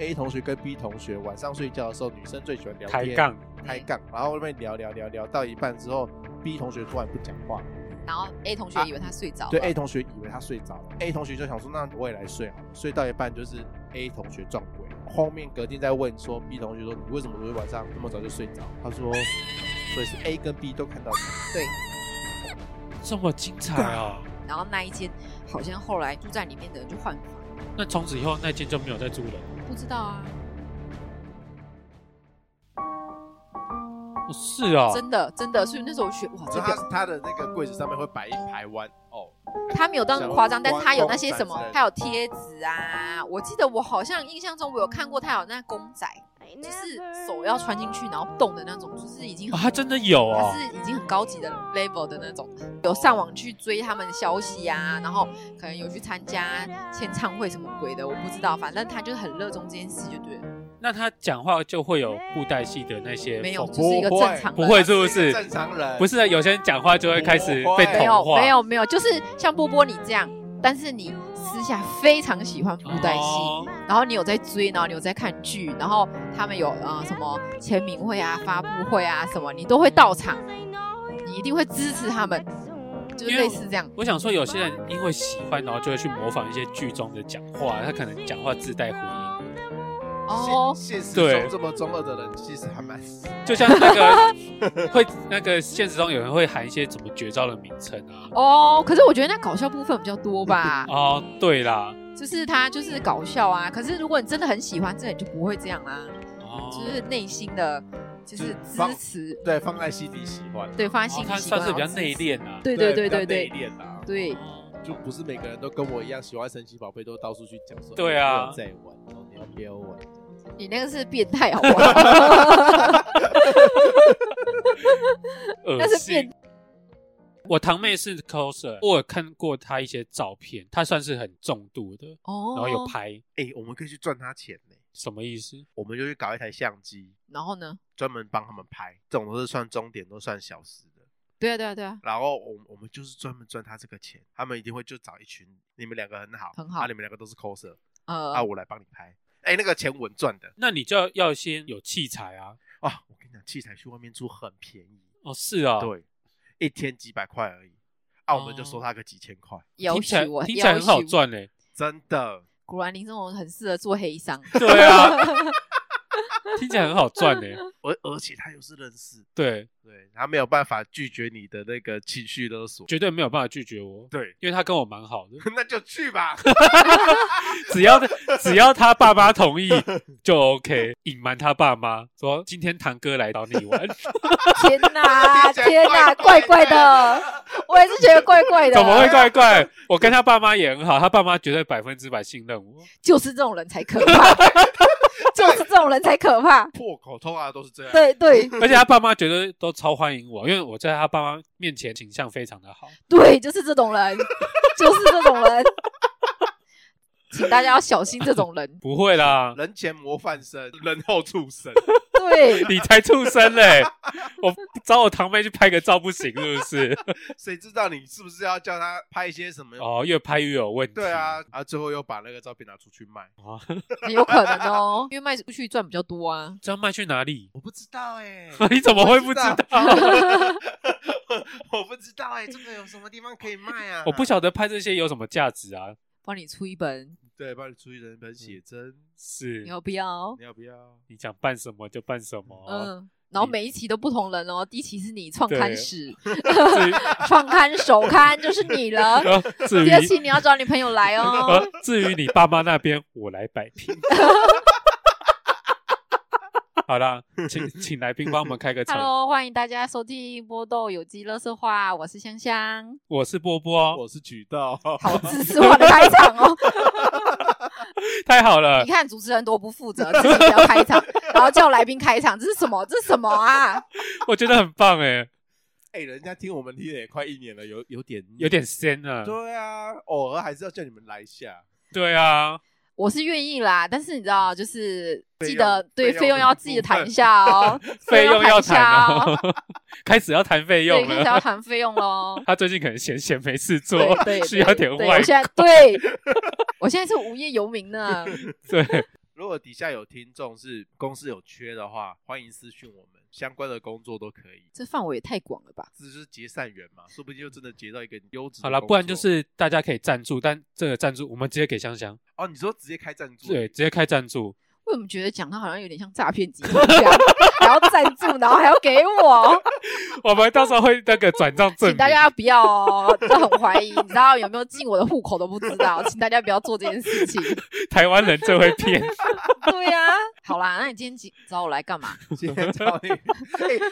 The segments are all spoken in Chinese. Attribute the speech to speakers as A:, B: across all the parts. A: A 同学跟 B 同学晚上睡觉的时候，女生最喜欢聊
B: 抬
A: 天
B: 杠，
A: 开杠，然后被聊聊聊聊到一半之后，B 同学突然不讲话，
C: 然后 A 同学以为他睡着了，
A: 对 A 同学以为他睡着了，A 同学就想说那我也来睡好了，睡到一半就是 A 同学撞鬼，后面隔天再问说 B 同学说你为什么昨天晚上那么早就睡着？他说，所以是 A 跟 B 都看到你，
C: 对
B: 这么精彩啊！
C: 然后那一间好像后来住在里面的人就换房，
B: 那从此以后那间就没有再住了。
C: 不知道啊，
B: 哦是哦，
C: 真的真的，所以那时候我学哇，这
A: 然后
C: 个
A: 他他的那个柜子上面会摆一排弯哦，
C: 他没有到那么夸张，
A: 小
C: 但是他有那些什
A: 公
C: 么
A: 仔之类，的
C: 他有贴纸啊，我记得我好像印象中我有看过他有那公仔，就是手要穿进去然后动的那种，就是已经
B: 啊，
C: 很
B: 他真的有
C: 他
B: 哦，
C: 是已经很高级的 level 的那种，有上网去追他们的消息啊，然后可能有去参加签唱会什么鬼的，我不知道，反正他就是很热衷这件事，就对了。
B: 那他讲话就会有布袋戏的那些
C: 没有，
B: 风
C: 就是一个正常
B: 哦不
C: 人。
B: 会是不是？
A: 正常人
B: 不
A: 是
B: 是啊，有些人讲话就会开始被
C: 没
B: 同
C: 有
B: 化，
C: 没有没有，就是像波波你这样，但是你私下非常喜欢布袋戏，
B: 哦
C: 然后你有在追，然后你有在看剧，然后他们有呃什么签名会啊、发布会啊什么，你都会到场，你一定会支持他们，就是
B: 因为
C: 类似这样。
B: 我想说，有些人因为喜欢，然后就会去模仿一些剧中的讲话，他可能讲话自带回音，
C: 哦，
A: 现实
B: 对
A: 中这么中二的人其实还蛮
B: 就像那个 会那个现实中有人会喊一些什么绝招的名称啊。，
C: 哦，可是我觉得那搞笑部分比较多吧
B: 哦， 对啦，
C: 就是他就是搞笑啊。可是如果你真的很喜欢，这你就不会这样啦、
B: 哦，
C: 就是内心的，就是支
A: 放
C: 持，
A: 对放在心底喜欢，
C: 对，放在
B: 哦
C: 心里
B: 他
C: 习
B: 算
C: 惯
B: 是比较
C: 然后支持
B: 内敛啊。哦
C: 对对对对
A: 对，
C: 对
A: 比较内敛啦，
C: 对，
A: 就不是每个人都跟我一样喜欢神奇宝贝，都到处去讲说
B: 对啊
A: 在玩，哦你要不要玩？
C: 你那个是变态好不好？
B: 恶
C: 那是
B: 心。我堂妹是 coser，我有看过她一些照片，她算是很重度的，
C: 哦
B: 然后有，拍，
A: 哎，我们可以去赚他钱呢，
B: 什么意思？
A: 我们就去搞一台相机，
C: 然后呢？
A: 专门帮他们拍，这种都是算钟点，都算小时的。
C: 对啊对啊对啊，
A: 然后我我们就是专门赚他这个钱，他们一定会就找一群你们两个很好，
C: 很好
A: 啊，你们两个都是 coser，啊，
C: 呃，
A: 我来帮你拍。哎，那个钱稳赚的
B: 那你就要要先有器材啊。
A: 啊！我跟你讲，器材去外面租很便宜，
B: 哦，是啊，，
A: 对，一天几百块而已，啊，我们就收他个几千块，
C: 要
B: 听起来
C: 求我，
B: 听起来很好
C: 要求。
B: 赚欸嘞。
A: 真的。
C: 果然林正荣很适合做黑 商，
B: 对啊， 听起来很好赚嘞。
A: 而而且他又是认识，
B: 对，
A: 对他没有办法拒绝你的那个情绪勒索，
B: 绝对没有办法拒绝我，
A: 对，
B: 因为他跟我蛮好的，
A: 那就去吧。
B: 只要只要他爸妈同意就 OK。隐瞒他爸妈说今天堂哥来找你玩，
C: 天哪
A: 听起来
C: 天哪，怪怪的，我也是觉得怪怪的，
B: 怎么会怪怪？我跟他爸妈也很好，他爸妈绝对百分之百信任我。
C: 就是这种人才可 怕，就是这种人才可怕。
A: 破口通常都是这样，
C: 对对
B: 而且他爸妈绝对都超欢迎我，因为我在他爸妈面前形象非常的好。
C: 对，就是这种人，就是这种人，请大家要小心这种人。
B: 不会啦，
A: 人前模范生，人后畜生。
C: 对，
B: 你才畜生嘞！我找我堂妹去拍个照不行是不是？
A: 谁知道你是不是要叫他拍一些什么？
B: 哦，越拍越有问题。
A: 对，啊，啊，最后又把那个照片拿出去卖。
C: 有可能哦，因为卖出去赚比较多啊。
B: 这样卖去哪里？
A: 我不知道哎、
B: 你怎么会不知道？
A: 我不知道哎、这个有什么地方可以卖啊？
B: 我不晓得拍这些有什么价值啊？
C: 帮你出一本，
A: 对，帮你出一人本
B: 嗯
A: 写真，
B: 是
C: 你要不要？
B: 哦
A: 你要不要？
B: 你想办什么就办什么，
C: 嗯。然后每一期都不同人哦，第一期是你创刊
B: 哦对
C: 史、
B: 至于
C: 创刊首刊就是你了，
B: 呃至于
C: 第二期你要找你朋友来哦。
B: 呃至于你爸妈那边，我来摆平。 好啦，请请来宾帮我们开个场。
C: Hello，欢迎大家收听波豆有机乐色话，我是香香，
B: 我是波哦波，
A: 我是渠道，
C: 好自私化的开场哦。
B: 太好了
C: 你，看主持人多不负责，自己不要开场，然后叫来宾开场，这是什么？这是什么啊？
B: 我觉得很棒哎，
A: 哎、人家听我们听了也快一年了，有有点
B: 有。点仙啊。
A: 对啊，偶尔还是要叫你们来一下。
B: 对 啊，
C: 我是愿意啦，但是你知道，就是
A: 费
C: 记
A: 用
C: 得对
A: 费
C: 费
A: 用
C: 用要
A: 的
C: 自
A: 部
C: 己谈
A: 分
C: 一下哦，
B: 费用要
C: 一下
B: 谈
C: 哦，
B: 哦， 开始要谈 费
C: 对，
B: 用
C: 开始要
B: 了。。
C: 谈费用喽
B: 他最近可能闲闲没事做
C: 对，对，
B: 需要
C: 对
B: 点
C: 对
B: 外
C: 我现在对，我现在是无业游民呢。
B: 对，
A: 如果底下有听众是公司有缺的话，欢迎私讯我们，相关的工作都可以。
C: 这范围也太广了吧？
A: 这就是结善缘嘛，说不定就真的结到一个优质的工作。
B: 好了，不然就是大家可以赞助，但这个赞助我们直接给香香，
A: 哦，你说直接开赞助，
B: 对，直接开赞 助，
C: 为什么觉得讲他好像有点像诈骗集团一样， 还要赞助，然后还要给我？
B: 我们到时候会那个转账证
C: 请
B: 明。
C: 大家不要哦，就很怀疑，你知道有没有进我的户口都不知道，请大家不要做这件事情。
B: 台湾人最会骗，
C: 对呀、好啦，那你今天几找我来干嘛？
A: 今天教你，哎、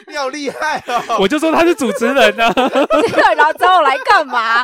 A: 你好厉害哦！
B: 我就说他是主持人 呢、啊。
C: 然后找我来干嘛？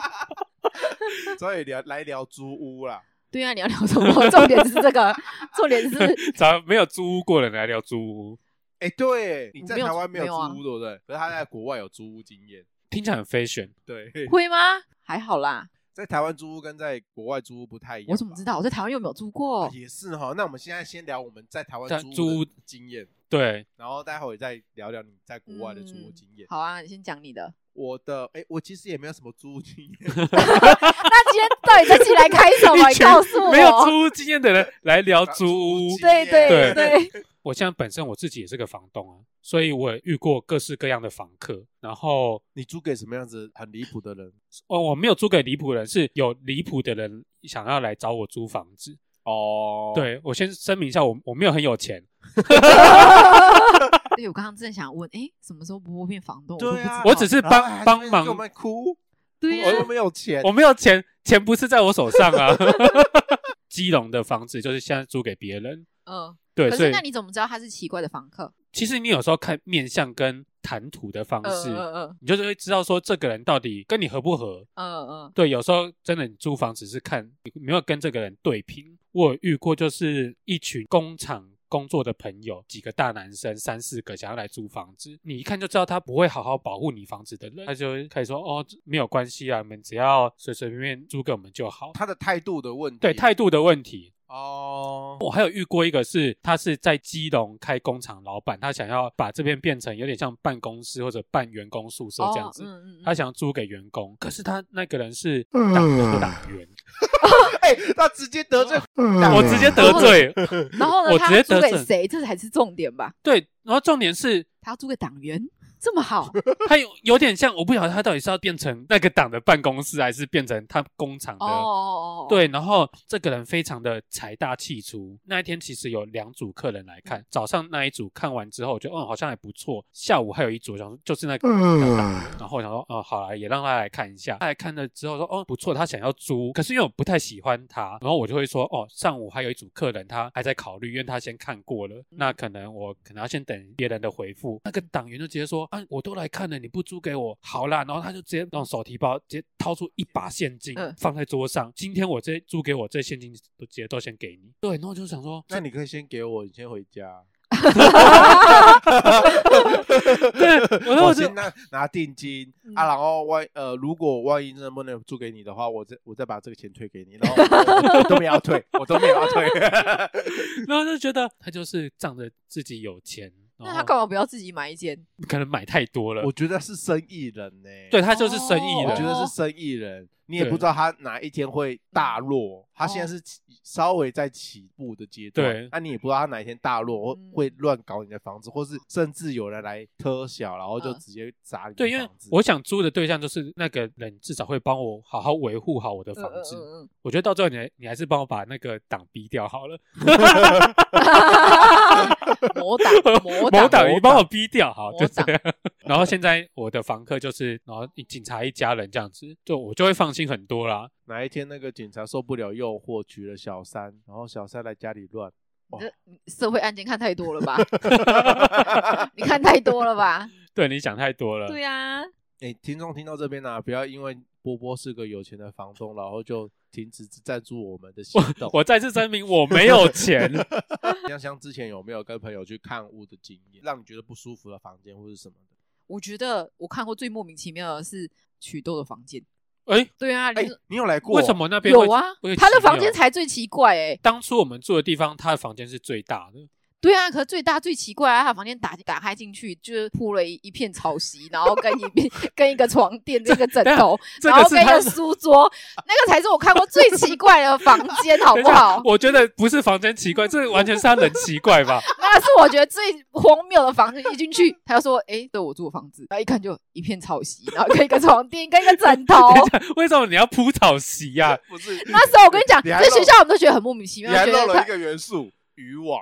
A: 所以聊来聊租屋啦，
C: 对啊呀、你要聊什么？ 重点是这个，重点是
B: 咱没有租屋过的人来聊租屋，
A: 哎、对，你在
C: 没有
A: 台湾没有
C: 没有啊
A: 租屋对不对？可是他在国外有租屋经验，
B: 听起来很 fashion。
A: 对，
C: 会吗？还好啦，
A: 在台湾租屋跟在国外租屋不太一样吧。
C: 我怎么知道？我在台湾又没有住过
A: 啊？也是哈，那我们现在先聊我们在台
B: 哦在
A: 湾租
B: 租
A: 屋
B: 屋嗯
A: 的经验，
B: 对，
A: 然后待会再聊聊你在国外的租屋
C: 嗯
A: 经验。
C: 好啊，你先讲你 的。
A: 我的哎、我其实也没有什么租屋经验，
C: 那今天到底这期来开 什么？
B: 一
C: 你
B: 群
C: 告诉我。
B: 没有 租屋经验的人来聊租屋。
C: 对对
B: 对
C: 对，
B: 我现在本身我自己也是个房东啊，所以我也遇过各式各样的房客。然后，
A: 你租给什么样子很离谱的人？
B: 哦，我没有租给离谱的人，是有离谱的人想要来找我租房子。
A: 哦，
B: 对我先声明一下，我我没有很有钱，
C: 对我刚刚正想问，哎，什么时候波波变房东？我都不
A: 对
C: 知道
A: 啊，
B: 我只是帮
A: 然后还
B: 帮忙
A: 给我们哭，
C: 对啊
A: 我又
C: 呀，
A: 没有钱，
B: 我没有钱，钱不是在我手上啊。 基隆的房子就是现在租给别人，
C: 嗯。
B: 对，
C: 可
B: 所
C: 是
B: 以
C: 那你怎么知道他是奇怪的房客？
B: 其实你有时候看面相跟谈吐的方
C: 嗯
B: 式，
C: 嗯嗯
B: 你就是会知道说这个人到底跟你合不合。
C: 嗯嗯
B: 对，有时候真的你租房只是看有没有跟这个人对平。我有遇过就是一群工厂工作的朋友，几个大男生三四个想要来租房子，你一看就知道他不会好好保护你房子的人，他就会开始说哦没有关系啊，你们只要随随便便租给我们就好。
A: 他的态度的问题，
C: 嗯
B: 对态度的问题，
A: 哦，
B: 我还有遇过一个是，他是在基隆开工厂，老板他想要把这边变成有点像办公室或者半员工宿舍
C: 哦，
B: 这样子，
C: 嗯嗯嗯
B: 他想要租给员工，可是他那个人是党的嗯党员，
A: 哎、他直接得罪，
B: 我直 接得罪，
C: 然后呢，
B: 我
C: 他
B: 直接
C: 要租
B: 得
C: 给
B: 证
C: 谁？这才是重点吧？
B: 对，然后重点是
C: 他要租给党员，这么好，
B: 他有有点像，我不晓得他到底是要变成那个党的办公室，还是变成他工厂的
C: 哦哦哦，
B: 对，然后这个人非常的财大气粗。那一天其实有两组客人来看，早上那一组看完之后，我觉得嗯好像还不错。下午还有一组，我想说就是那个、然后我想说哦、好了，也让他来看一下。他来看了之后说哦不错，他想要租，可是因为我不太喜欢他，然后我就会说哦上午还有一组客人他还在考虑，因为他先看过
C: 嗯
B: 了，那可能我可能要先等别人的回复。那个党员就直接说啊我都来看了，你不租给我，好啦，然后他就直接用手提包直接掏出一把现金、
C: 嗯
B: 放在桌上，今天我这租给我这现金都直接都先给你。对，然后我就想说
A: 那你可以先给我，你先回 家。
B: 我那
A: 我
B: 我就
A: 先拿拿定金
C: 嗯
A: 啊，然后万呃，如果万一真的不能租给你的话，我再我再把这个钱退给你， 然后我我都没有要退，我都没有要退。
B: 然后就觉得他就是仗着自己有钱，
C: 那
B: 然
C: 他
B: 后
C: 干嘛不要自己买一间？
B: 可能买太多了
A: 我。觉得是生意人呢、
B: 对，他就是生意
C: 哦
A: 我
B: 人，
A: 觉得是生意人，你也不知道他哪一天会大落，他现在是起稍微在起步的阶段，
B: 对
A: 那你也不知道他哪一天大落
C: 嗯
A: 会会乱搞你的房子，或是甚至有人来偷小，然后就
C: 嗯
A: 直接砸你
B: 对，因
A: 的
B: 为
A: 房子。
B: 我想租的对象就是那个人，至少会帮我好好维护好我的
C: 嗯
B: 房
C: 嗯
B: 子。
C: 嗯嗯，
B: 我觉得到最后你还你还是帮我把那个档逼掉好了，
C: 嗯 魔党魔
B: 某
C: 党
B: 档你帮我逼掉好，
C: 某
B: 就这样。然后现在我的房客就是，然后警察一家人这样子，就我就会放心很多啦。
A: 哪一天那个警察受不了诱惑，娶了小三，然后小三来家里 乱，
C: 社会案件看太多了吧？你看太多了吧？
B: 对你想太多了，
C: 对啊，
A: 哎、听众听到这边呢、啊不要因为波波是个有钱的房东，然后就停止赞助我们的行动。
B: 我再次声明我没有 钱，
A: 香香之前有没有跟朋友去看屋的经验，让你觉得不舒服的房间或是什么的？
C: 我觉得我看过最莫名其妙的是曲豆的房间。
B: 哎，
C: 对啊，
A: 哎、
C: 你
A: 你有来过？
B: 为什？么那边
C: 有啊
B: 会会，
C: 他的
B: 奇妙欸
C: 房间才最奇怪哎。
B: 当初我们住的地方，他的房间是最大的，
C: 对啊，可是最大最奇怪啊，他房间打打开进去就是铺了一一片草席，然后跟一片 跟一个床垫、这个枕头，
B: 这
C: 然
B: 个
C: 后
B: 是
C: 跟一
B: 他
C: 个
B: 们。
C: 书桌，那个才是我看过最奇怪的房间，好
B: 等一
C: 不
B: 下
C: 好？
B: 我觉得不是房间奇怪，这完全是他人奇怪吧？
C: 那个是我觉得最荒谬的房子，一进去他就说：“哎、这我住的房子。”然后一看就一片草席，然后跟一个床垫，跟一个枕头。
B: 为什么你要铺草席啊呀、
A: 不是，
C: 那时候我跟你讲，
A: 你还
C: 这
A: 漏
C: 学校我们都觉得很莫名其
A: 你
C: 妙，
A: 还
C: 觉
A: 漏了
C: 得他
A: 一个元素，渔网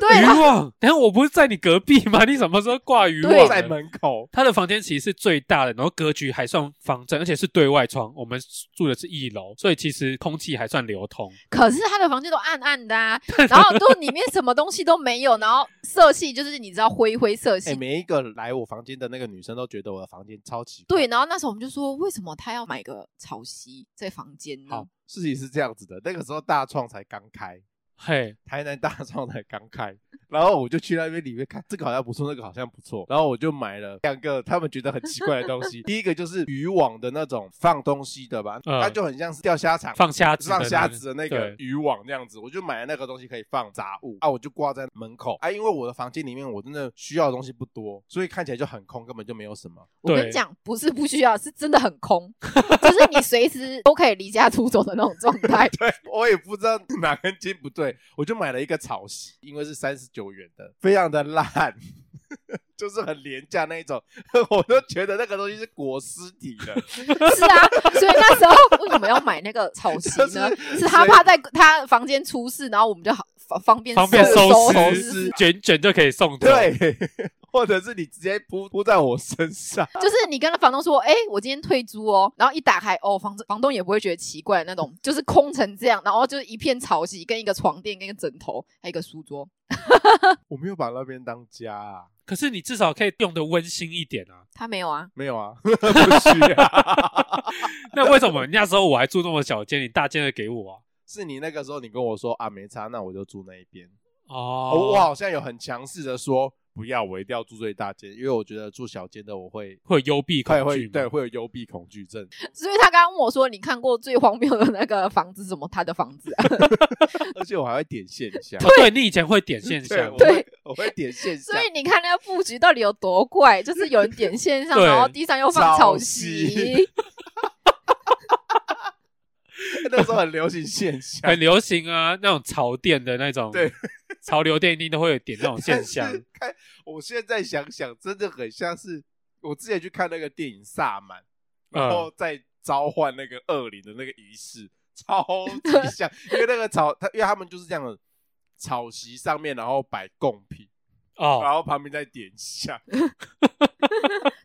C: 对
B: 渔
C: 啦，
B: 网？等一下我不是在你隔壁吗？ 你什么时候挂渔
C: 对
B: 网
A: 在
B: 了？
A: 门口。
B: 他的房间其实是最大的，然后格局还算方正，而且是对外窗。我们住的是一楼，所以其实空气还算流通。
C: 可是他的房间都暗暗 的啊，然后都里面什么东西都没有，然后色系就是你知道灰灰色
A: 哎、
C: 系。
A: 每一个来我房间的那个女生都觉得我的房间超级
C: 对，然后那时候我们就说，为什么他要买个草席在房间呢
B: 好？
A: 事情是这样子的，那个时候大创才刚开，
B: 嘿，
A: 台南大创才刚开，然后我就去那边里面看，这个好像不错，那个好像不错，然后我就买了两个他们觉得很奇怪的东西。 第一个就是渔网的那种放东西的吧，
B: 嗯
A: 它就很像是钓虾场
B: 放虾子的那
A: 放
B: 个，
A: 虾子的那个
B: 对
A: 渔网那样子，我就买了那个东西可以放杂物啊，我就挂在门口啊，因为我的房间里面我真的需要的东西不多，所以看起来就很空，根本就没有什么。
C: 我跟
B: 对
C: 你讲，不是不需要，是真的很空，就是你随时都可以离家出走的那种状态。
A: 对我也不知道哪根筋不对，我就买了一个草席，因为是三十九元的，非常的烂， 就是很廉价那一种， 我都觉得那个东西是裹尸体的，
C: 是啊，所以那时候为什么要买那个草席 呢？
A: 就是
C: 是他怕在他房间出事，然后我们就好方方便
B: 方便
C: 收
B: 收
A: 收
B: 尸
A: 尸，
B: 卷卷就可以送走。
A: 对， 或者是你直接扑扑在我身上，
C: 就是你跟房东说，哎、我今天退租哦，然后一打开，哦，房子房东也不会觉得奇怪那种，就是空成这样，然后就是一片草席，跟一个床垫，跟一个枕头，还有一个书桌。
A: 我没有把那边当家、啊，
B: 可是你至少可以用的温馨一点啊。
C: 他没有啊，
A: 没有啊， 不需要。
B: 那为什么那时候我还住那么小间，你大间的给我啊？
A: 是你那个时候你跟我说啊没差，那我就住那一边。
B: 哦，
A: 哦，我好像有很强势的说不要，我一定要住最大间，因为我觉得住小间的我会
B: 会有幽闭恐
A: 快
B: 惧
A: 会
B: 吗
A: 对会有幽闭恐惧症。
C: 所以他刚刚问我说，你看过最荒谬的那个房子是什么？他的房子、啊，
A: 而且我还会点现象，
B: 哦对你以前会点现
A: 对，
B: 象
A: 我，
C: 对
A: 会我会点现象
C: 所，以你看那个布局到底有多怪，就是有人点 线上，
B: 对
C: 然后地上又放
A: 草
C: 草
A: 席
C: 席，
A: 那时候很流行现象
B: 很。流行啊，那种潮店的那种，
A: 对，
B: 潮流店一定都会有点那种现 象嗯
A: 但。是看，我现在想想，真的很像是我之前去看那个电影《萨满》，
B: 嗯
A: 然后再召唤那个恶灵的那个仪式，超级像，因为那个草，他因为他们就是这样的草席上面，然后摆贡品，然
B: 哦，
A: 后旁边再点香，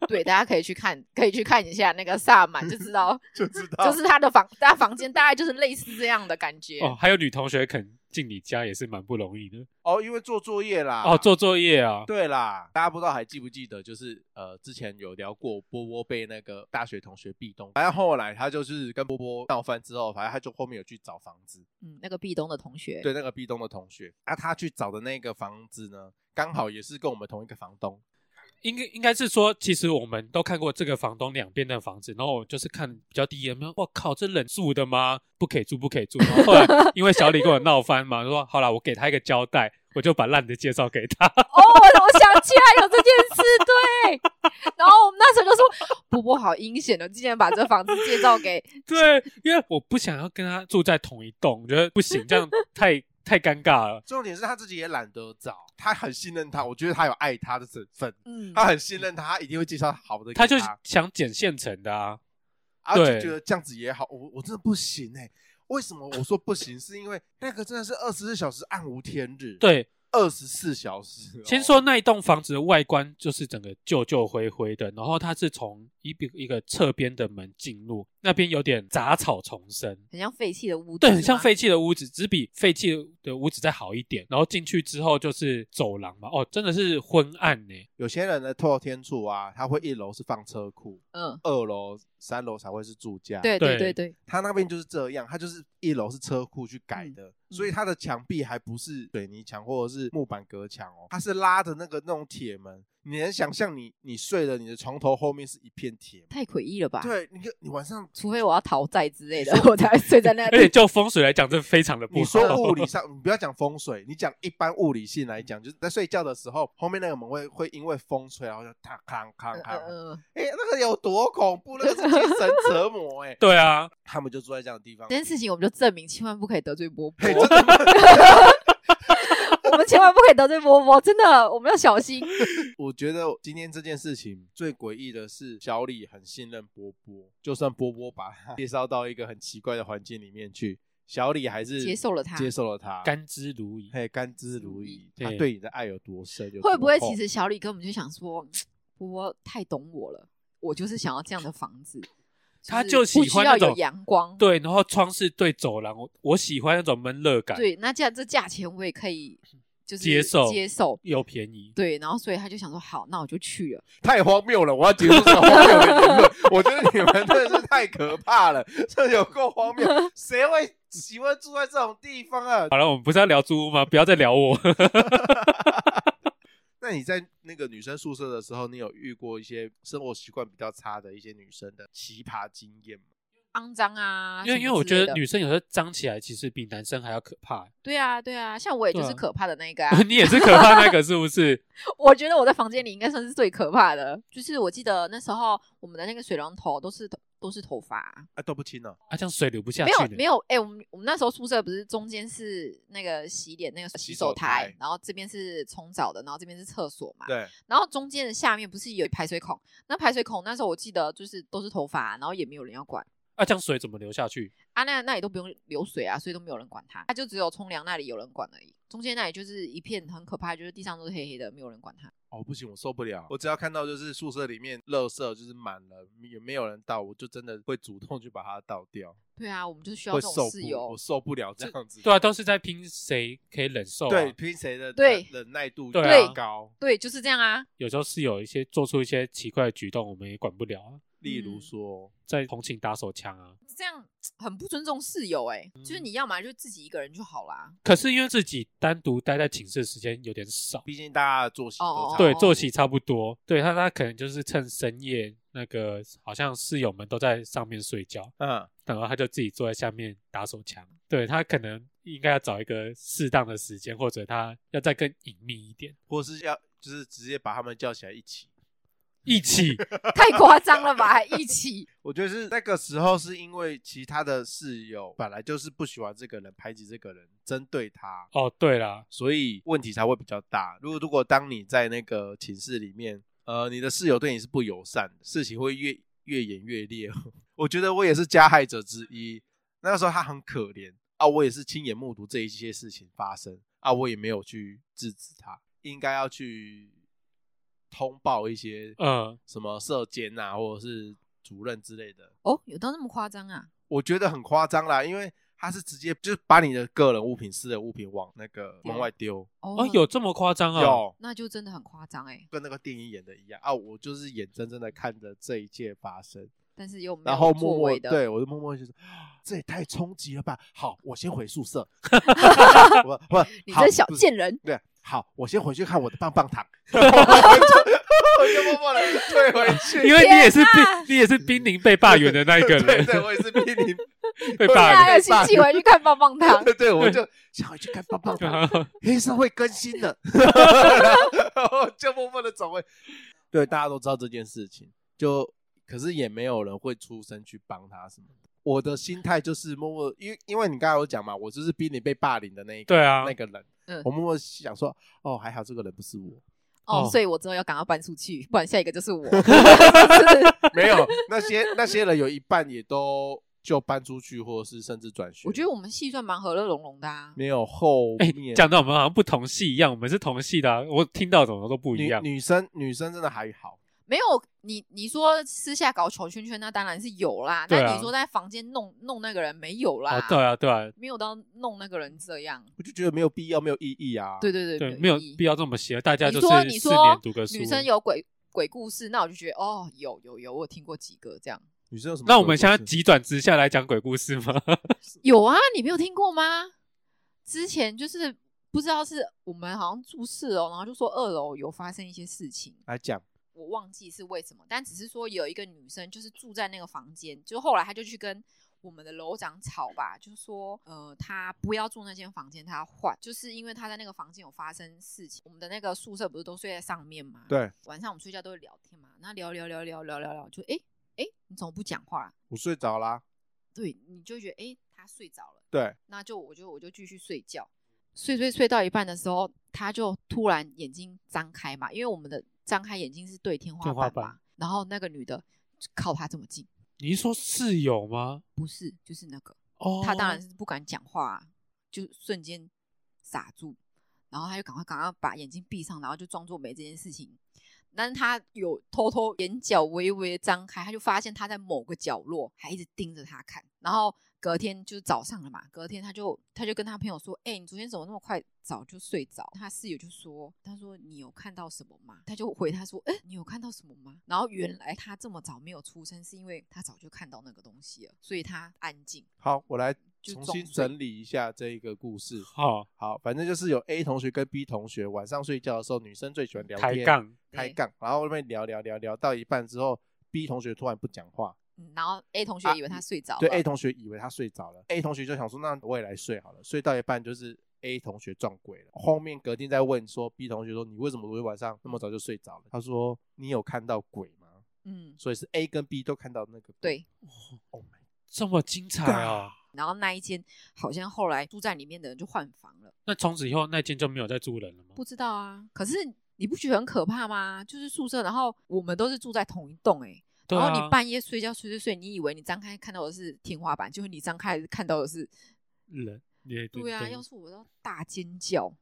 C: 对，大家可以去看，可以去看一下那个萨满，就 知道，
A: 就知道
C: 就是他的房，他房间大概就是类似这样的感觉。
B: 哦，还有女同学肯进你家也是蛮不容易的。
A: 哦，因为做作业啦，
B: 哦，做作业啊，
A: 对啦，大家不知道还记不记得，就是呃，之前有聊过波波被那个大学同学壁咚，反正后来他就是跟波波闹翻之后，反正他就后面有去找房子，
C: 嗯，那个壁咚的同学，
A: 对那个壁咚的同学，啊，他去找的那个房子呢，刚好也是跟我们同一个房东，
B: 应该应该是说，其实我们都看过这个房东两边的房子，然后我就是看比较低的，没有，我靠，这人住的吗？不可以住，不可以住。然后 后来因为小李跟我闹翻嘛，说好啦，我给他一个交代，我就把烂的介绍给他。
C: 哦，我我想起来有这件事，对。然后我们那时候就说，波波好阴险的，竟然把这房子介绍给，
B: 对，因为我不想要跟他住在同一栋，我觉得不行，这样太太尴尬了。
A: 重点是他自己也懒得找，他很信任他，我觉得他有爱他的成分，
C: 嗯，
A: 他很信任他，他一定会介绍好的给
B: 他
A: 他，
B: 就想捡现成的啊，
A: 啊，就
B: 对
A: 觉得这样子也好，我我真的不行哎、为什么我说不行？是因为那个真的是二十四小时暗无天日，，
B: 对，
A: 二十四小时、哦
B: 先说，那一栋房子的外观，就是整个旧旧灰灰的，然后它是从一比一个侧边的门进入，那边有点杂草丛生，
C: 很像废弃的屋子，
B: 对，很像
C: 是吗。
B: 废弃的屋子，只比废弃的屋子再好一点。然后进去之后就是走廊嘛，哦，真的是昏暗呢。
A: 有些人的透天处啊，他会一楼是放车库，
C: 嗯，
A: 二楼、三楼才会是住家。
C: 对对
B: 对
C: 对对，
A: 他那边就是这样，他就是一楼是车库去改的，
C: 嗯
A: 所以他的墙壁还不是水泥墙或者是木板隔墙哦，他是拉着那个那种铁门，你能想象你你睡了，你的床头后面是一片铁吗？
C: 太诡异了吧？
A: 对，你看你晚上
C: 除非我要讨债之类的，我才会睡在那
B: 而且
C: 里。
B: 就风水来讲，这非常的不
A: 哎你
B: 好。
A: 说物理上，你不要讲风水，你讲一般物理性来讲，就是在睡觉的时候，后面那个门会会因为风吹，然后就咔咔咔
C: 嗯
A: 咔，哎、
C: 嗯嗯，
A: 那个有多恐怖？那个是精神折磨哎、
B: 对啊，
A: 他们就住在这样的地方
C: 这，件事情我们就证明，千万不可以得罪波波
A: 嘿，，真的吗，
C: 我们千万不可以得罪波波，真的，我们要小心。
A: 我觉得今天这件事情最诡异的是，小李很信任波波，就算波波把他 介绍到一个很奇怪的环境里面去，小李还是
C: 接受了他
A: 接受了他，
B: 甘之如饴。
A: 嘿，甘之如饴。
B: 对
A: 他对你的爱有多深？有多
C: 会不会
A: 厚
C: 其实小李根本就想说，波波太懂我了，我就是想要这样的房子，
B: 他
C: 就
B: 就是
C: 不
B: 喜欢
C: 需
B: 那
C: 要
B: 种
C: 有阳光。
B: 对，然后窗是对走廊，我我喜欢那种闷热感，
C: 对，那这样这价钱我也可 以，就是
B: 接受
C: 接受。
B: 又便宜。
C: 对，然后所以他就想说，好，那我就去了。
A: 太荒谬了？我要结束这个荒谬的言论。我觉得你们真的是太可怕了，这有够荒 谬，谁会喜欢住在这种地方啊？
B: 好了，我们不是要聊租屋吗？不要再聊我。
A: 那你在那个女生宿舍的时候，你有遇过一些生活习惯比较差的一些女生的奇葩经验吗？
C: 肮脏啊，
B: 因为
C: 什
B: 因为
C: 么
B: 我
C: 之
B: 觉
C: 类
B: 得
C: 的
B: 女生有时候脏起来，其实比男生还要可怕。
C: 对啊对啊，像我也就
B: 对啊。
C: 是可怕的那一个、啊
B: 你也是可怕那个是不是？
C: 我觉得我在房间里应该算是最可怕的，就是我记得那时候我们的那个水龙头都是都是头发，
A: 啊，都不清了、
B: 啊，这样水流不下
C: 没
B: 去
C: 有
B: 呢
C: 没有，哎、我们我们那时候宿舍不是中间是那个洗脸那个洗
A: 手
C: 手台，
A: 台
C: 然后这边是冲澡的，然后这边是厕所嘛，
A: 对，
C: 然后中间的下面不是有排水孔，那排水孔那时候我记得就是都是头发，啊然后也没有人要管。
B: 啊，这样水怎么流下去？
C: 啊，那那里都不用流水啊，所以都没有人管它，它就只有冲凉那里有人管而已。中间那里就是一片很可怕，就是地上都是黑黑的，没有人管它。
A: 哦，不行，我受不了。我只要看到就是宿舍里面垃圾就是满了，也没有人倒，我就真的会主动去把它倒掉，
C: 对啊，我们就是需要
A: 会
C: 这
A: 受
C: 种
A: 不
C: 室，
A: 我
C: 友。
A: 受不了这样子。
B: 对啊，都是在拼谁可以忍受、啊。
A: 对，，拼谁的
C: 对
A: 忍忍耐度
B: 对
C: 啊
A: 最高？
C: 对，就是这样啊。
B: 有时候是有一些做出一些奇怪的举动，我们也管不了啊。
A: 例如
C: 嗯
A: 说，
B: 在红寝打手枪啊，
C: 这样很不尊重室友哎、就是
B: 嗯
C: 你要嘛就自己一个人就好啦。
B: 可是因为自己单独待在寝室的时间有点少，
A: 毕竟大家的作息
C: 哦
A: 都
C: 哦
A: 差
B: 对，
A: 不多
B: 作息差不多。对他，他可能就是趁深夜，那个好像室友们都在上面睡觉，
A: 嗯，
B: 然后他就自己坐在下面打手枪。对他可能应该要找一个适当的时间，或者他要再更隐秘一点，
A: 或是要就是直接把他们叫起来一起。
B: 一 起
C: 太夸张了吧？还一起
A: 我觉得是那个时候，是因为其他的室友本来就是不喜欢这个人，排挤这个人，针对他，
B: 哦。对啦，
A: 所以问题才会比较大。如果如果当你在那个寝室里面，呃，你的室友对你是不友善的，事情会越越演越烈。哦 我觉得我也是加害者之一。那个时候他很可怜啊，我也是亲眼目睹这一些事情发生啊，我也没有去制止他，应该要去通报一些
B: 嗯，
A: 什么社监啊，或者是主任之类的。
C: 哦，有到那么夸张啊？
A: 我觉得很夸张啦，因为他是直接就是把你的个人物品、私人物品往那个门外丢，
C: 哦
B: 哦，，有这么夸张啊？
A: 有
C: 那就真的很夸张哎。
A: 跟那个电影演的一样啊！我就是眼睁睁的看着这一切发生，
C: 但是又没
A: 然后
C: 有
A: 默
C: 作
A: 默
C: 为的，
A: 对我就默默就说，这也太冲击了吧！好，我先回宿 舍。我不，
C: 你
A: 好
C: 这小
A: 不是
C: 贱人，
A: 对，好，我先回去看我的棒棒 糖。我就 我就默默的退回去，
B: 因为你也是
C: 天哪
B: 濒，你也是濒临被霸凌的那一 个
A: 对
B: 人，
A: 对，我也是濒临
B: 被
A: 对
B: 霸
A: 啊。
C: 下
B: 凌。
C: 个星期回去看棒棒 糖
A: 对对，我就想回去看棒棒 糖。黑社会更新了，然后就默默的走位。对，大家都知道这件事情，就可是也没有人会出声去帮他什么的。我的心态就是默默，因为因为你刚才有讲嘛，我就是逼你被霸凌的那一个，
B: 对啊
A: 那个人。
C: 嗯
A: 我默默想说，哦，还好这个人不是我，
C: 哦
B: 哦，
C: 所以我之后要赶快搬出去，不然下一 个就是我。
A: 没有那些那些人有一半也都就搬出去，或者是甚至转学。
C: 我觉得我们戏算蛮和乐融融的啊。
A: 没有后
B: 哎
A: 面、，
B: 讲到我们好像不同系一样，我们是同系的啊，我听到怎么都不一
A: 女
B: 样。
A: 女生女生真的还好，
C: 没有你，你说私下搞球圈圈，那当然是有啦。
B: 对啊
C: 但你说在房间弄弄那个人，没有啦。
B: 哦，对啊，对啊，
C: 没有到弄那个人这样。
A: 我就觉得没有必要，没有意义啊。
C: 对对
B: 对，
C: 对，
B: 没有
C: 意义
B: 必要这么邪恶，大家
C: 你
B: 就
C: 说
B: 是
C: 你
B: 四
C: 说
B: 年读个书。
C: 女生有鬼鬼故事，那我就觉得哦，有有有，我有听过几个这样。
A: 女生有什么鬼故事？
B: 那我们现在急转直下来讲鬼故事吗？
C: 有啊，你没有听过吗？之前就是不知道是我们好像住四楼，然后就说二楼有发生一些事情，
A: 来讲，
C: 我忘记是为什么，但只是说有一个女生就是住在那个房间，就后来她就去跟我们的楼长吵吧，就说呃她不要住那间房间，她要换，就是因为她在那个房间有发生事情。我们的那个宿舍不是都睡在上面吗？，
A: 对
C: 晚上我们睡觉都会聊天嘛，那聊聊聊聊聊聊聊，就诶诶，你怎么不讲话、啊
A: 我睡着啦，
C: 对，你就会觉得诶，她睡着了，
A: 对，
C: 那就我就我就继续睡觉，睡睡睡到一半的时候，他就突然眼睛张开嘛，因为我们的张开眼睛是对天花
B: 天花
C: 板嘛
B: 板，
C: 然后那个女的就靠他这么近，
B: 你是说室友吗？
C: 不是就是那个，
B: 哦，
C: 他当然是不敢讲话、啊，就瞬间傻住，然后他就赶快赶快把眼睛闭上，然后就装作没这件事情。但是他有偷偷眼角微微张开，他就发现他在某个角落还一直盯着他看。然后隔天就是早上了嘛，隔天他就他就跟他朋友说：“哎、你昨天怎么那么快早就睡着？”他室友就说：“他说你有看到什么吗？”他就回他说：“哎、你有看到什么吗？”然后原来他这么早没有出声，是因为他早就看到那个东西了，所以他安静。
A: 好，我来
C: 就
A: 重
C: 装
A: 新
C: 睡
A: 整理一下这一个故事。
B: 好
A: 好，反正就是有 A 同学跟 B 同学晚上睡觉的时候，女生最喜欢聊
B: 抬
A: 天，
B: 杠，
A: 开
C: 对
A: 杠，然后那边聊聊聊聊到一半之后，B 同学突然不讲话，
C: 嗯然后 A 同学
A: 啊
C: 以为他睡着了，
A: 对 A 同学以为他睡着了，A 同学就想说那我也来睡好了，睡到一半就是。A 同学撞鬼了，后面隔天再问说，B 同学说你为什么昨天晚上那么早就睡着了？他说你有看到鬼吗？
C: 嗯，
A: 所以是 A 跟 B 都看到那个鬼。
C: 对。
A: ，Oh my，
B: 这么精彩哦！
C: 然后那一间好像后来住在里面的人就换房了，
B: 那从此以后那间就没有再住人了吗？
C: 不知道啊。可是你不觉得很可怕吗？就是宿舍，然后我们都是住在同一栋、欸，
B: 对
C: 然后
B: 啊
C: 你半夜睡觉睡睡睡，你以为你张开看到的是天花板，结果你张开看到的是，
B: 人，也
C: 对啊，要是我要大尖叫，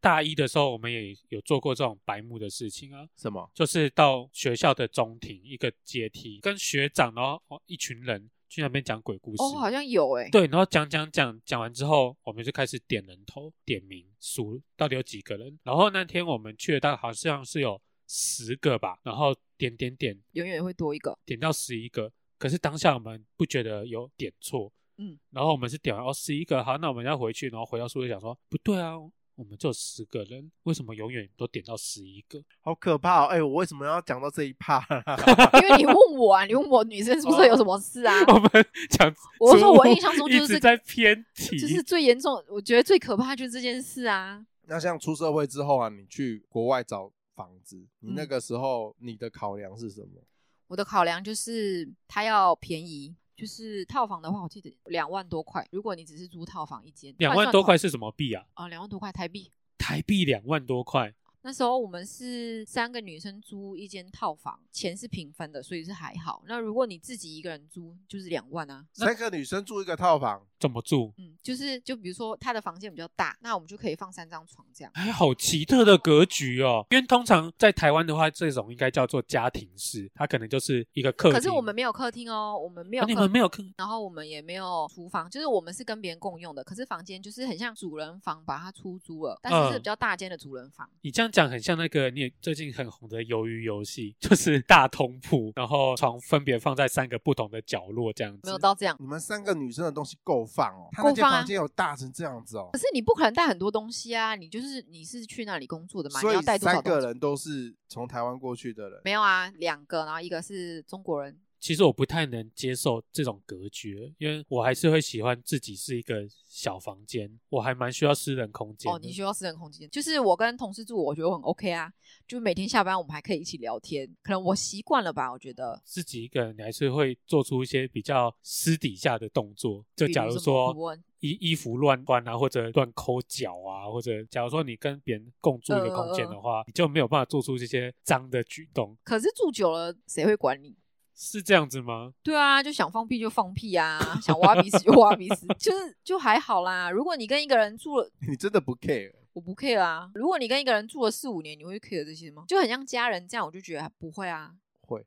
B: 大一的时候，我们也有做过这种白目的事情啊，
A: 什么？
B: 就是到学校的中庭一个阶梯，跟学长然后哦一群人去那边讲鬼故事。
C: 哦，好像有哎、欸，
B: 对，然后讲讲讲讲完之后，我们就开始点人头、点名数到底有几个人。然后那天我们去了，大概好像是有十个吧，然后点点点
C: 永远会多一个，
B: 点到十一个，可是当下我们不觉得有点错，
C: 嗯，
B: 然后我们是点完哦十一个，好，那我们要回去，然后回到宿舍想说不对啊，我们只有十个人，为什么永远都点到十一个？
A: 好可怕、哦！哎、我为什么要讲到这一趴、
C: 因为你问我啊，你问我女生宿舍有什么事啊？
B: 我们讲，
C: 我说我印象中就是
B: 一
C: 这
B: 直在偏题，
C: 就是最严重，我觉得最可怕就是这件事啊。
A: 那像出社会之后啊，你去国外找房子，你那个时候你的考量是什么？
C: 我的考量就是它要便宜，就是套房的话，我记得两万多块。如果你只是租套房一间，
B: 两万多块是什么币啊？
C: 啊，两、万多块台币。
B: 台币两万多块，
C: 那时候我们是三个女生租一间套房，钱是平分的，所以是还好。那如果你自己一个人租，就是两万啊。
A: 三个女生住一个套房，
B: 怎么住？
C: 嗯，就是就比如说她的房间比较大，那我们就可以放三张床这样。
B: 哎，好奇特的格局哦！因为通常在台湾的话，这种应该叫做家庭式，它可能就是一个客厅。
C: 可是我们没有客厅哦，我们没有
B: 啊、
C: 客
B: 你们没有客
C: 然后我们也没有厨房，就是我们是跟别人共用的，可是房间就是很像主人房，把它出租了，但是
B: 嗯
C: 是比较大间的主人房。
B: 你这样讲很像那个你也最近很红的鱿鱼游戏，就是大通铺，然后床分别放在三个不同的角落这样子。
C: 没有到这样，
A: 你们三个女生的东西够放哦。他
C: 够
A: 那间
C: 放啊
A: 房间有大成这样子哦
C: 可，是你不可能带很多东西啊，你就是你是去那里工作的嘛，
A: 所
C: 你
A: 以
C: 要带多少
A: 三
C: 东
A: 个
C: 西？
A: 人都是从台湾过去的人。
C: 没有啊，两个，然后一个是中国人，
B: 其实我不太能接受这种格局，因为我还是会喜欢自己是一个小房间，我还蛮需要私人空间的。
C: 哦，你需要私人空间。就是我跟同事住，我觉得我很 OK 啊，就是每天下班我们还可以一起聊天，可能我习惯了吧，我觉得。
B: 自己一个人，你还是会做出一些比较私底下的动作，就
C: 比
B: 假
C: 如
B: 如
C: 什么
B: 说
C: 我问
B: 衣衣服乱穿啊，或者乱抠脚啊，或者假如说你跟别人共住一个
C: 嗯
B: 空间的话，你就没有办法做出这些脏的举动，
C: 可是住久了谁会管你？
B: 是这样子吗？
C: 对啊，就想放屁就放屁啊，想挖鼻屎就挖鼻屎，就是就还好啦。如果你跟一个人住了，
A: 你真的不 care？
C: 我不 care 啊。如果你跟一个人住了四五年，你会 care 这些吗？就很像家人这样，我就觉得不会啊。
A: 会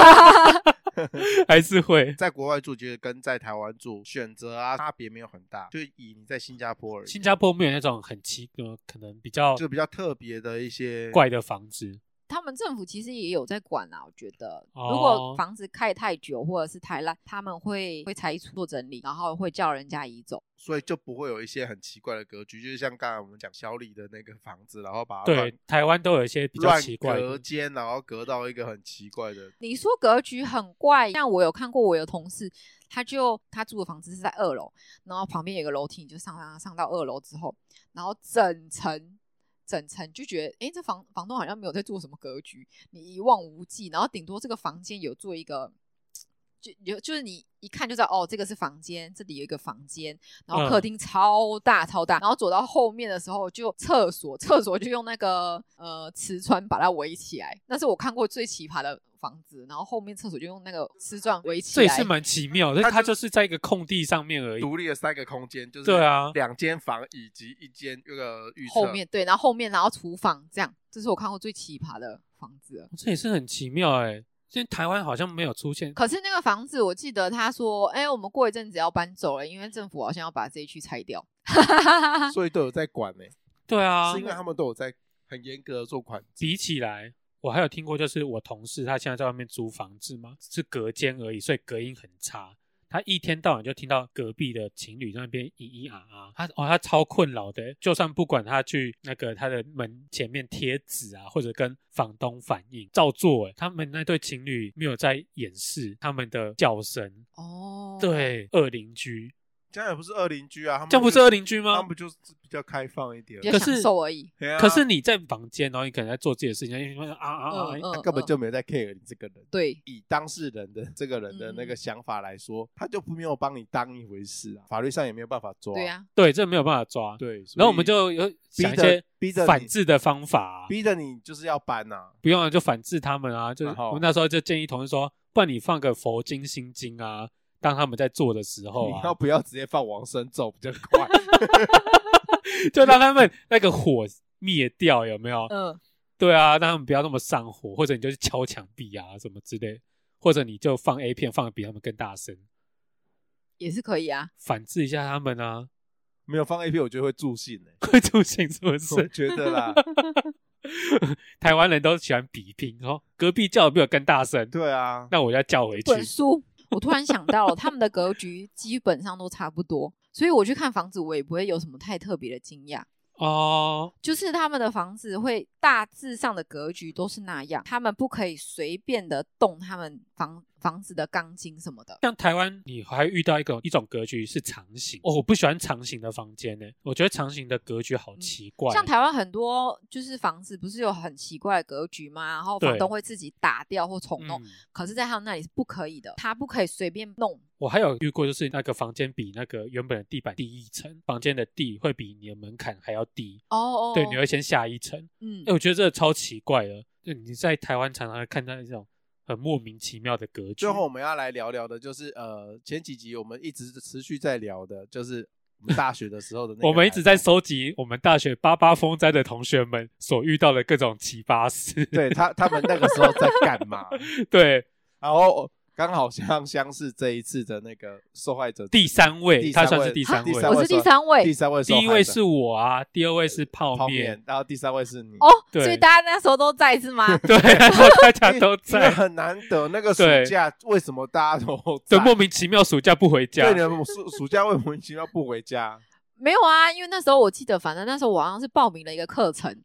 B: 还是会？
A: 在国外住，觉得跟在台湾住选择啊差别没有很大，就以你在新加坡而已，
B: 新加坡没有那种很奇呃，可能比较
A: 就比较特别的一些
B: 怪的房子，
C: 他们政府其实也有在管啊，我觉得，
B: 哦
C: 如果房子盖太久或者是太烂，他们会会拆除做整理，然后会叫人家移走。
A: 所以就不会有一些很奇怪的格局，就是像刚才我们讲小李的那个房子，然后把它
B: 对
A: 乱，
B: 台湾都有一些比较
A: 乱
B: 奇怪
A: 隔
B: 的，
A: 间，然后隔到一个很奇怪的，
C: 你说格局很怪，像我有看过，我有同事，他就他住的房子是在二楼，然后旁边有个楼梯，你就上上上到二楼之后，然后整层整层就觉得，诶，这房房东好像没有在做什么格局，你一望无际，然后顶多这个房间有做一个，就有就是你一看就知道，哦，这个是房间，这里有一个房间，然后客
B: 嗯
C: 厅超大超大，然后走到后面的时候就厕所，厕所就用那个呃瓷砖把它围起来，那是我看过最奇葩的房子，然后后面厕所就用那个瓷砖围起
B: 这
C: 来，
B: 也是蛮奇妙的，
A: 它
B: 但是它就是在一个空地上面而已。
A: 独立的三个空间，就是
B: 对啊
A: 两间房以及一间那个浴室
C: 后面对，然后后面然后厨房这样，这是我看过最奇葩的房子了。
B: 这也是很奇妙哎、现在台湾好像没有出现，
C: 可是那个房子，我记得他说，哎、我们过一阵子要搬走了，因为政府好像要把这一区拆掉。
A: 所以都有在管呢、
B: 对啊
A: 是，因为他们都有在很严格的做管制。
B: 比起来，我还有听过，就是我同事他现在在外面租房子嘛，是隔间而已，所以隔音很差。他一天到晚就听到隔壁的情侣在那边咿咿啊啊，他哦他超困扰的。就算不管他去那个他的门前面贴纸啊，或者跟房东反映，照做、欸。他们那对情侣没有在掩饰他们的叫声，
C: 哦，，嗯
B: 对恶邻居，
A: 这样也不是二邻居啊，他们
B: 这样不是
A: 就
B: 恶邻居
A: 他
B: 吗
A: 们？不就是比较开放一点
C: 比？较嗯
B: 可
C: 享
B: 是
C: 受而已。
A: 对啊
B: 可是你在房间，然后你可能在做自己的事情，然后你就啊啊啊啊
C: 嗯，嗯
A: 他根本
C: 嗯
A: 就没有在 care 你这个人。
C: 对，
A: 以当事人的这个人的
C: 嗯
A: 那个想法来说，他就没有帮你当一回事啊，法律上也没有办法抓。
C: 对，啊，
B: 对，这没有办法抓。
A: 对。所以
B: 然后我们就有
A: 逼
B: 想一
A: 着
B: 些
A: 逼着你
B: 反制的方法啊、
A: 逼着你就是要搬呐、啊，
B: 不用了就反制他们啊。就是
A: 然后
B: 我们那时候就建议同事说，不然你放个佛经、心经啊，当他们在做的时候
A: 你要
B: 啊，
A: 不要直接放往生咒比 较快？
B: 就让他们那个火灭掉，有没有？
C: 嗯，
B: 对啊，让他们不要那么上火，或者你就去敲墙壁啊什么之类，或者你就放 A 片放的比他们更大声，
C: 也是可以啊。
B: 反制一下他们啊，
A: 没有放 A P，我觉得会助兴欸
B: 会出现什么
A: 我
B: 事？
A: 觉得 啦，
B: 台湾人都喜欢比拼，然后隔壁叫的比我更大声，
A: 对啊，
B: 那我要叫回去。
C: 本书，我突然想到了，他们的格局基本上都差不多，所以我去看房子，我也不会有什么太特别的惊讶。
B: 哦，
C: 就是他们的房子会大致上的格局都是那样，他们不可以随便的动他们房房子的钢筋什么的。
B: 像台湾，你还遇到一种一种格局是长形哦，我不喜欢长形的房间呢，我觉得长形的格局好奇怪。
C: 嗯
B: 哦
C: 像台湾很多就是房子不是有很奇怪的格局吗？然后房
B: 对
C: 东会自己打掉或重弄，
B: 嗯，
C: 可是在他们那里是不可以的，他不可以随便弄。
B: 我还有遇过，就是那个房间比那个原本的地板低一层，房间的地会比你的门槛还要低，
C: 哦哦，
B: 对，你会先下一层。
C: 嗯
B: 哎，我觉得这个超奇怪的，就你在台湾常常会看到这种很莫名其妙的格局
A: 最。后我们要来聊聊的就是呃，前几集我们一直持续在聊的，就是我们大学的时候的那个
B: 我们一直在
A: 来访
B: 收集我们大学八八风灾的同学们所遇到的各种奇葩事。
A: 对他他们那个时候在干嘛，
B: 对，
A: 然后刚好像像是这一次的那个受害者
B: 第三位，
A: 第
B: 他
A: 三
B: 算
A: 位
B: 是第
A: 哈
B: 三位，
A: 第三位
C: 我是第三
A: 第
C: 位
A: 三位受
B: 第
A: 害者，
B: 一位是我啊，第二位是
A: 泡
B: 泡面，
A: 面，然后第三位是你
C: 哦，
B: 对
C: 所以大家那时候都在是吗？
B: 对，然后大 家都
A: 因为
B: 在，
A: 很难得那个暑
B: 对
A: 假，为什么大家都在
B: 对，莫名其妙暑假不回家
A: 对，你们暑暑假为莫名其妙不回家？
C: 没有啊，因为那时候我记得，反正那时候我好像是报名了一个课程，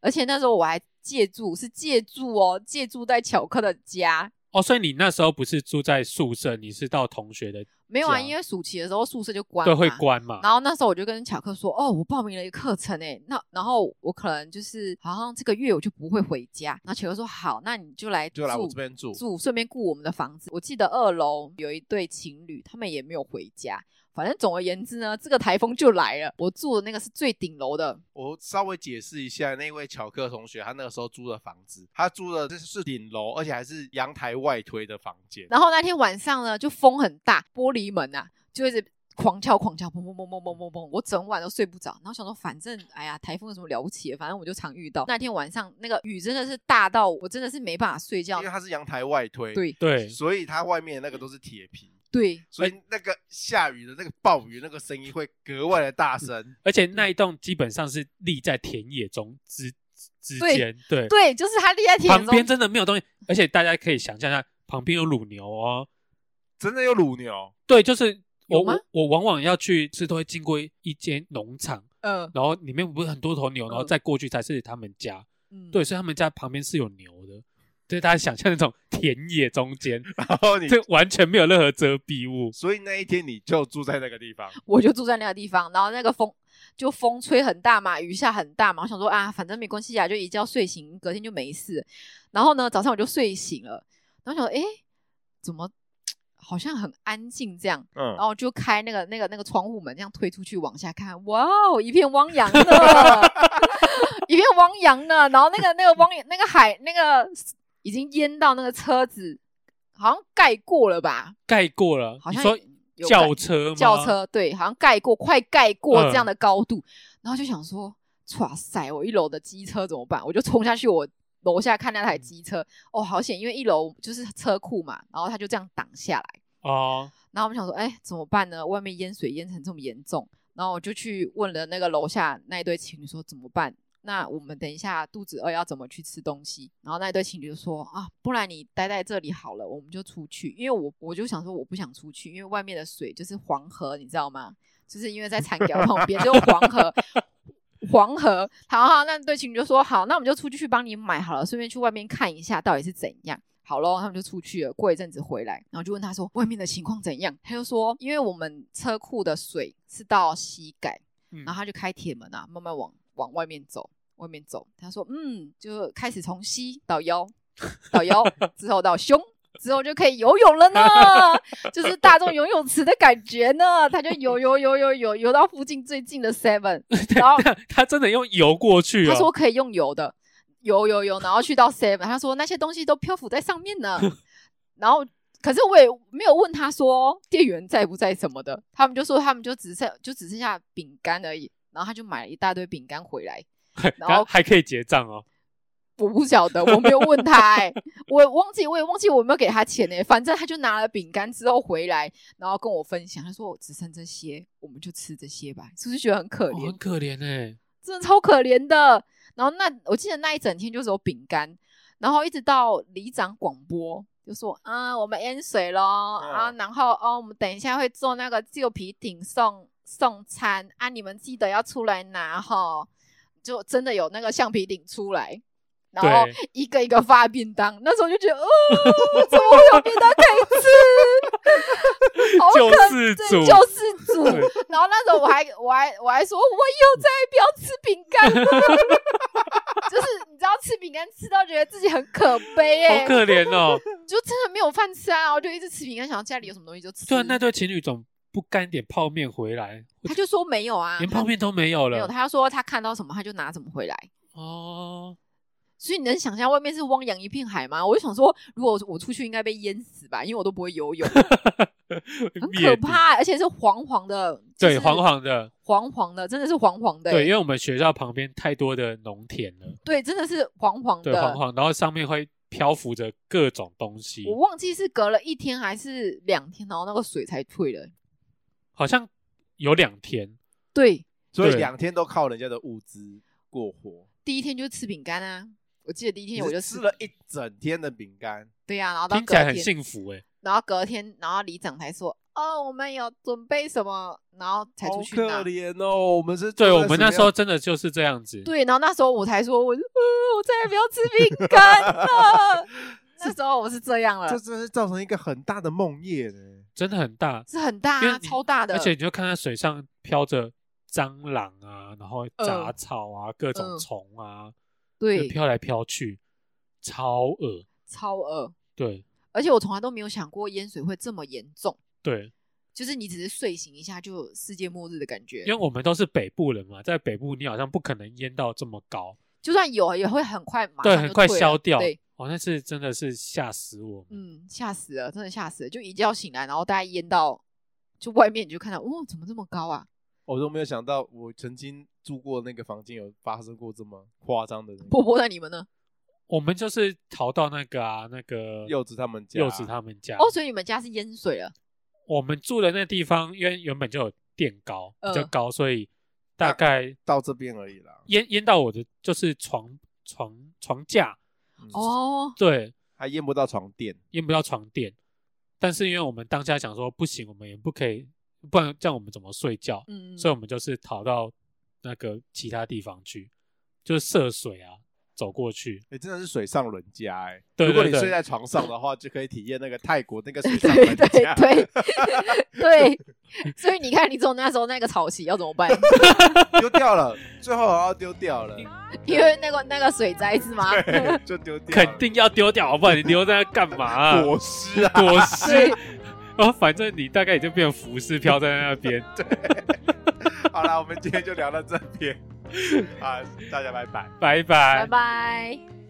C: 而且那时候我还借住，是借住哦，借住在巧克的家。
B: 哦，所以你那时候不是住在宿舍，你是到同学的，
C: 没有啊，
B: 家
C: 因为暑期的时候宿舍就关
B: 对，
C: 嘛，
B: 会关嘛？
C: 然后那时候我就跟巧克说，哦，我报名了一个课程诶，那然后我可能就是好像这个月我就不会回家。然后巧克说好，那你就来
A: 就来我
C: 住
A: 这边住，
C: 住，顺便顾我们的房子。我记得二楼有一对情侣，他们也没有回家。反正总而言之呢，这个台风就来了。我住的那个是最顶楼的，
A: 我稍微解释一下，那位巧克同学，他那个时候租的房子，他租的这是顶楼，而且还是阳台外推的房间。
C: 然后那天晚上呢，就风很大，玻璃门啊，就一直狂敲狂敲，砰砰砰砰砰砰砰，我整晚都睡不着。然后想说，反正哎呀，台风有什么了不起的？反正我就常遇到。那天晚上那个雨真的是大到我真的是没办法睡觉
B: 哎
A: 因为。它是阳台外推，，
C: 对
B: 对，哎
A: 所以它外面那个都是铁皮，
C: 对，
A: 所以那个下雨的那个暴雨那个声音会格外的大声。
B: 而且那一栋基本上是立在田野中之之
C: 对
B: 间，对
C: 对，就是他立在铁
B: 旁
C: 眼
B: 边
C: 中，
B: 真的没有东西，而且大家可以想象一下，旁边有乳牛哦。
A: 真的有乳牛，
B: 对，就是我
C: 有吗
B: 我我往往要去吃，都会经过一间农场，
C: 嗯
B: 然后里面不是很多头牛，然后
C: 嗯
B: 再过去才是他们家。
C: 嗯，
B: 对，所以他们家旁边是有牛的。对，大家想象那种田野中 间，
A: 然后你，
B: 这完全没有任何遮蔽物。
A: 所以那一天你就住在那个地方，
C: 我就住在那个地方，然后那个风就风吹很大嘛，雨下很大嘛，我想说啊，反正没关系啊，就一觉睡醒，隔天就没事。然后呢，早上我就睡醒了，然后想说，诶，怎么好像很安静这样？
A: 嗯
C: 然，后就开那个那个那个窗户门，这样推出去往下看，哇哦，一片汪洋呢， 一片汪洋呢。然后那个那个汪洋那个海那个已经淹到那个车子，好像盖过了吧？
B: 盖过了。
C: 好
B: 你
C: 像
B: 说
C: 有盖
B: 轿车吗？
C: 轿车，对，好像盖过，快盖过
B: 嗯
C: 这样的高度，然后就想说，哇塞，我一楼的机车怎么办？我就冲下去，我楼下看那台机车，哦，好险，因为一楼就是车库嘛，然后他就这样挡下来，
B: 哦，
C: 然后我们想说，哎，怎么办呢？外面淹水淹成这么严重，然后我就去问了那个楼下那一对情侣说怎么办？那我们等一下肚子饿要怎么去吃东西？然后那一对情侣就说啊，不然你待在这里好了，我们就出去。因为我我就想说我不想出去，因为外面的水就是黄河，你知道吗？就是因为在产寮旁边就是黄河，黄河。好好，那对情侣就说好，那我们就出去去帮你买好了，顺便去外面看一下到底是怎样。好咯，他们就出去了。过一阵子回来，然后就问他说外面的情况怎样？他就说，因为我们车库的水是到膝盖，
B: 嗯
C: 然后他就开铁门啊，慢慢往往外面走，外面走。他说，嗯，就开始从膝到腰，到腰之后到胸。之后就可以游泳了呢， 就是大众游泳池的感觉呢。他就游游游游游游到附近最近的 Seven，然后
B: 他真的用游过去哦。
C: 他说可以用油的，油油油，然后去到 Seven，他说那些东西都漂浮在上面呢。 然后，可是我也没有问他说店员在不在什么的，他们就说他们就只剩就只剩下饼干而已。然后他就买了一大堆饼干回来，然后
B: 还可以结账哦。
C: 我不晓得，我没有问他、 欸，我忘记，我也忘记我有没有给他钱呢、反正他就拿了饼干之后回来，然后跟我分享，他说我只剩这些，我们就吃这些吧，是不是觉得很可
B: 哦
C: 怜？
B: 很可怜哎，
C: 真的超可怜的。然后那我记得那一整天就是有饼干，然后一直到里长广播就说啊，我们淹水咯，
B: 嗯
C: 啊，然后哦，我们等一下会做那个旧皮艇送送餐啊，你们记得要出来拿哈，就真的有那个橡皮艇出来。然后
B: 对
C: 一个一个发便当，那时候就觉得，哦，怎么会有便当可以 吃？好可
B: 救
C: 怜
B: 世主
C: 对，救世主
B: 对。
C: 然后那时候我还我还我还说，我又再也不要吃饼干了， 就是你知道吃饼干吃到觉得自己很可悲哎、
B: 好可怜哦。
C: 就真的没有饭吃啊，然后就一直吃饼干，想到家里有什么东西就吃。
B: 对啊，那对情侣总不干点泡面回来，
C: 他就说没有啊，
B: 连泡面都没有
C: 没有，
B: 了。
C: 他就说他看到什么他就拿什么回来。
B: 哦，
C: 所以你能想象外面是汪洋一片海吗？我就想说，如果我出去应该被淹死吧，因为我都不会 游泳，很可
B: 灭顶。
C: 怕，欸而且是黄黄的，
B: 对，黄黄的。
C: 黄黄的，真的是黄黄的、欸
B: 对，因为我们学校旁边太多的农田了，
C: 对，真的是黄黄的，
B: 对，黄黄，然后上面会漂浮着各种东西
C: 我，忘记是隔了一天还是两天，然后那个水才退了。
B: 好像有两天。
C: 对，
A: 所以
B: 对
A: 两天都靠人家的物资过活。
C: 第一天就吃饼干啊，我记得第一天
A: 你
C: 我
A: 是
C: 就
A: 吃了，一整天的饼干，
C: 对呀、然后到
B: 听起来
C: 隔
B: 很
C: 天，
B: 幸福哎，
C: 然后隔天，然后里长才说，哦，我们有准备什么，然后才
A: 好
C: 出去拿
A: 可。怜哦。我们是
B: 对
A: 住在
B: 我们那时候
A: 什
B: 真的就是这样子，
C: 对，然后那时候我才说，我就呃，我再也不要吃饼干 了。那时候我是这样
A: 么
C: 了
A: 样，这，真是造成一个很大的梦魇呢。
B: 真的很大，
C: 是很大、
B: 因为
C: 啊，
B: 你
C: 超大的，
B: 而且你就看它水上飘着蟑螂啊，然后杂草啊，各种
C: 嗯
B: 虫啊，就
C: 对，
B: 飘来飘去，超恶。
C: 超饿，
B: 对
C: 而且我从来都没有想过淹水会这么严重。
B: 对，
C: 就是你只是睡醒一下就世界末日的感觉
B: 因为，我们都是北部人嘛，在北部你好像不可能淹到这么高，
C: 就算有也会很快马上
B: 对，
C: 就
B: 很快
C: 退了
B: 消掉
C: 对，。
B: 哦，那是真的是吓死我们。
C: 嗯，吓死了，真的吓死了，就一觉醒来，然后大家淹到就外面，你就看到，哦，怎么这么高啊？
A: 我都没有想到，我曾经住过那个房间有发生过这么夸张的那个。
C: 波波在你们呢？
B: 我们就是逃到那个啊，那个
A: 柚子他们家，
B: 柚子他们家。
C: 哦，所以你们家是淹水了，
B: 我们住的那地方，因为原本就有垫高，比较
C: 嗯
B: 高，所以大概
A: 到这边而已啦。
B: 淹淹到我的就是床床床架，
A: 嗯，
C: 哦，
B: 对，
A: 还淹不到床垫，
B: 验不到床垫。但是因为我们当下想说不行，我们也不可以，不然这样我们怎么睡觉？
C: 嗯，
B: 所以我们就是逃到那个其他地方去，就是涉水啊，走过去。
A: 哎、真的是水上人家哎、
B: 对
A: 如果
B: 对
A: 你
B: 对
A: 睡在床上的话，就可以体验那个泰国那个水上
C: 对
A: 人
C: 对
A: 家。
C: 对对，所以你看，你从那时候那个草席要怎么办？
A: 丢掉了，最后好像丢掉了，
C: 因为那个那个水灾是吗？
A: 对，就丢掉了，
B: 肯定要丢掉，好不然你留在那干嘛、 啊？
A: 果尸啊，
B: 果
C: 所以
B: 尸。然后反正你大概也就变成浮尸飘在那边。
A: 好啦，我们今天就聊到这边，啊，大家拜拜。
B: 拜
C: 拜拜。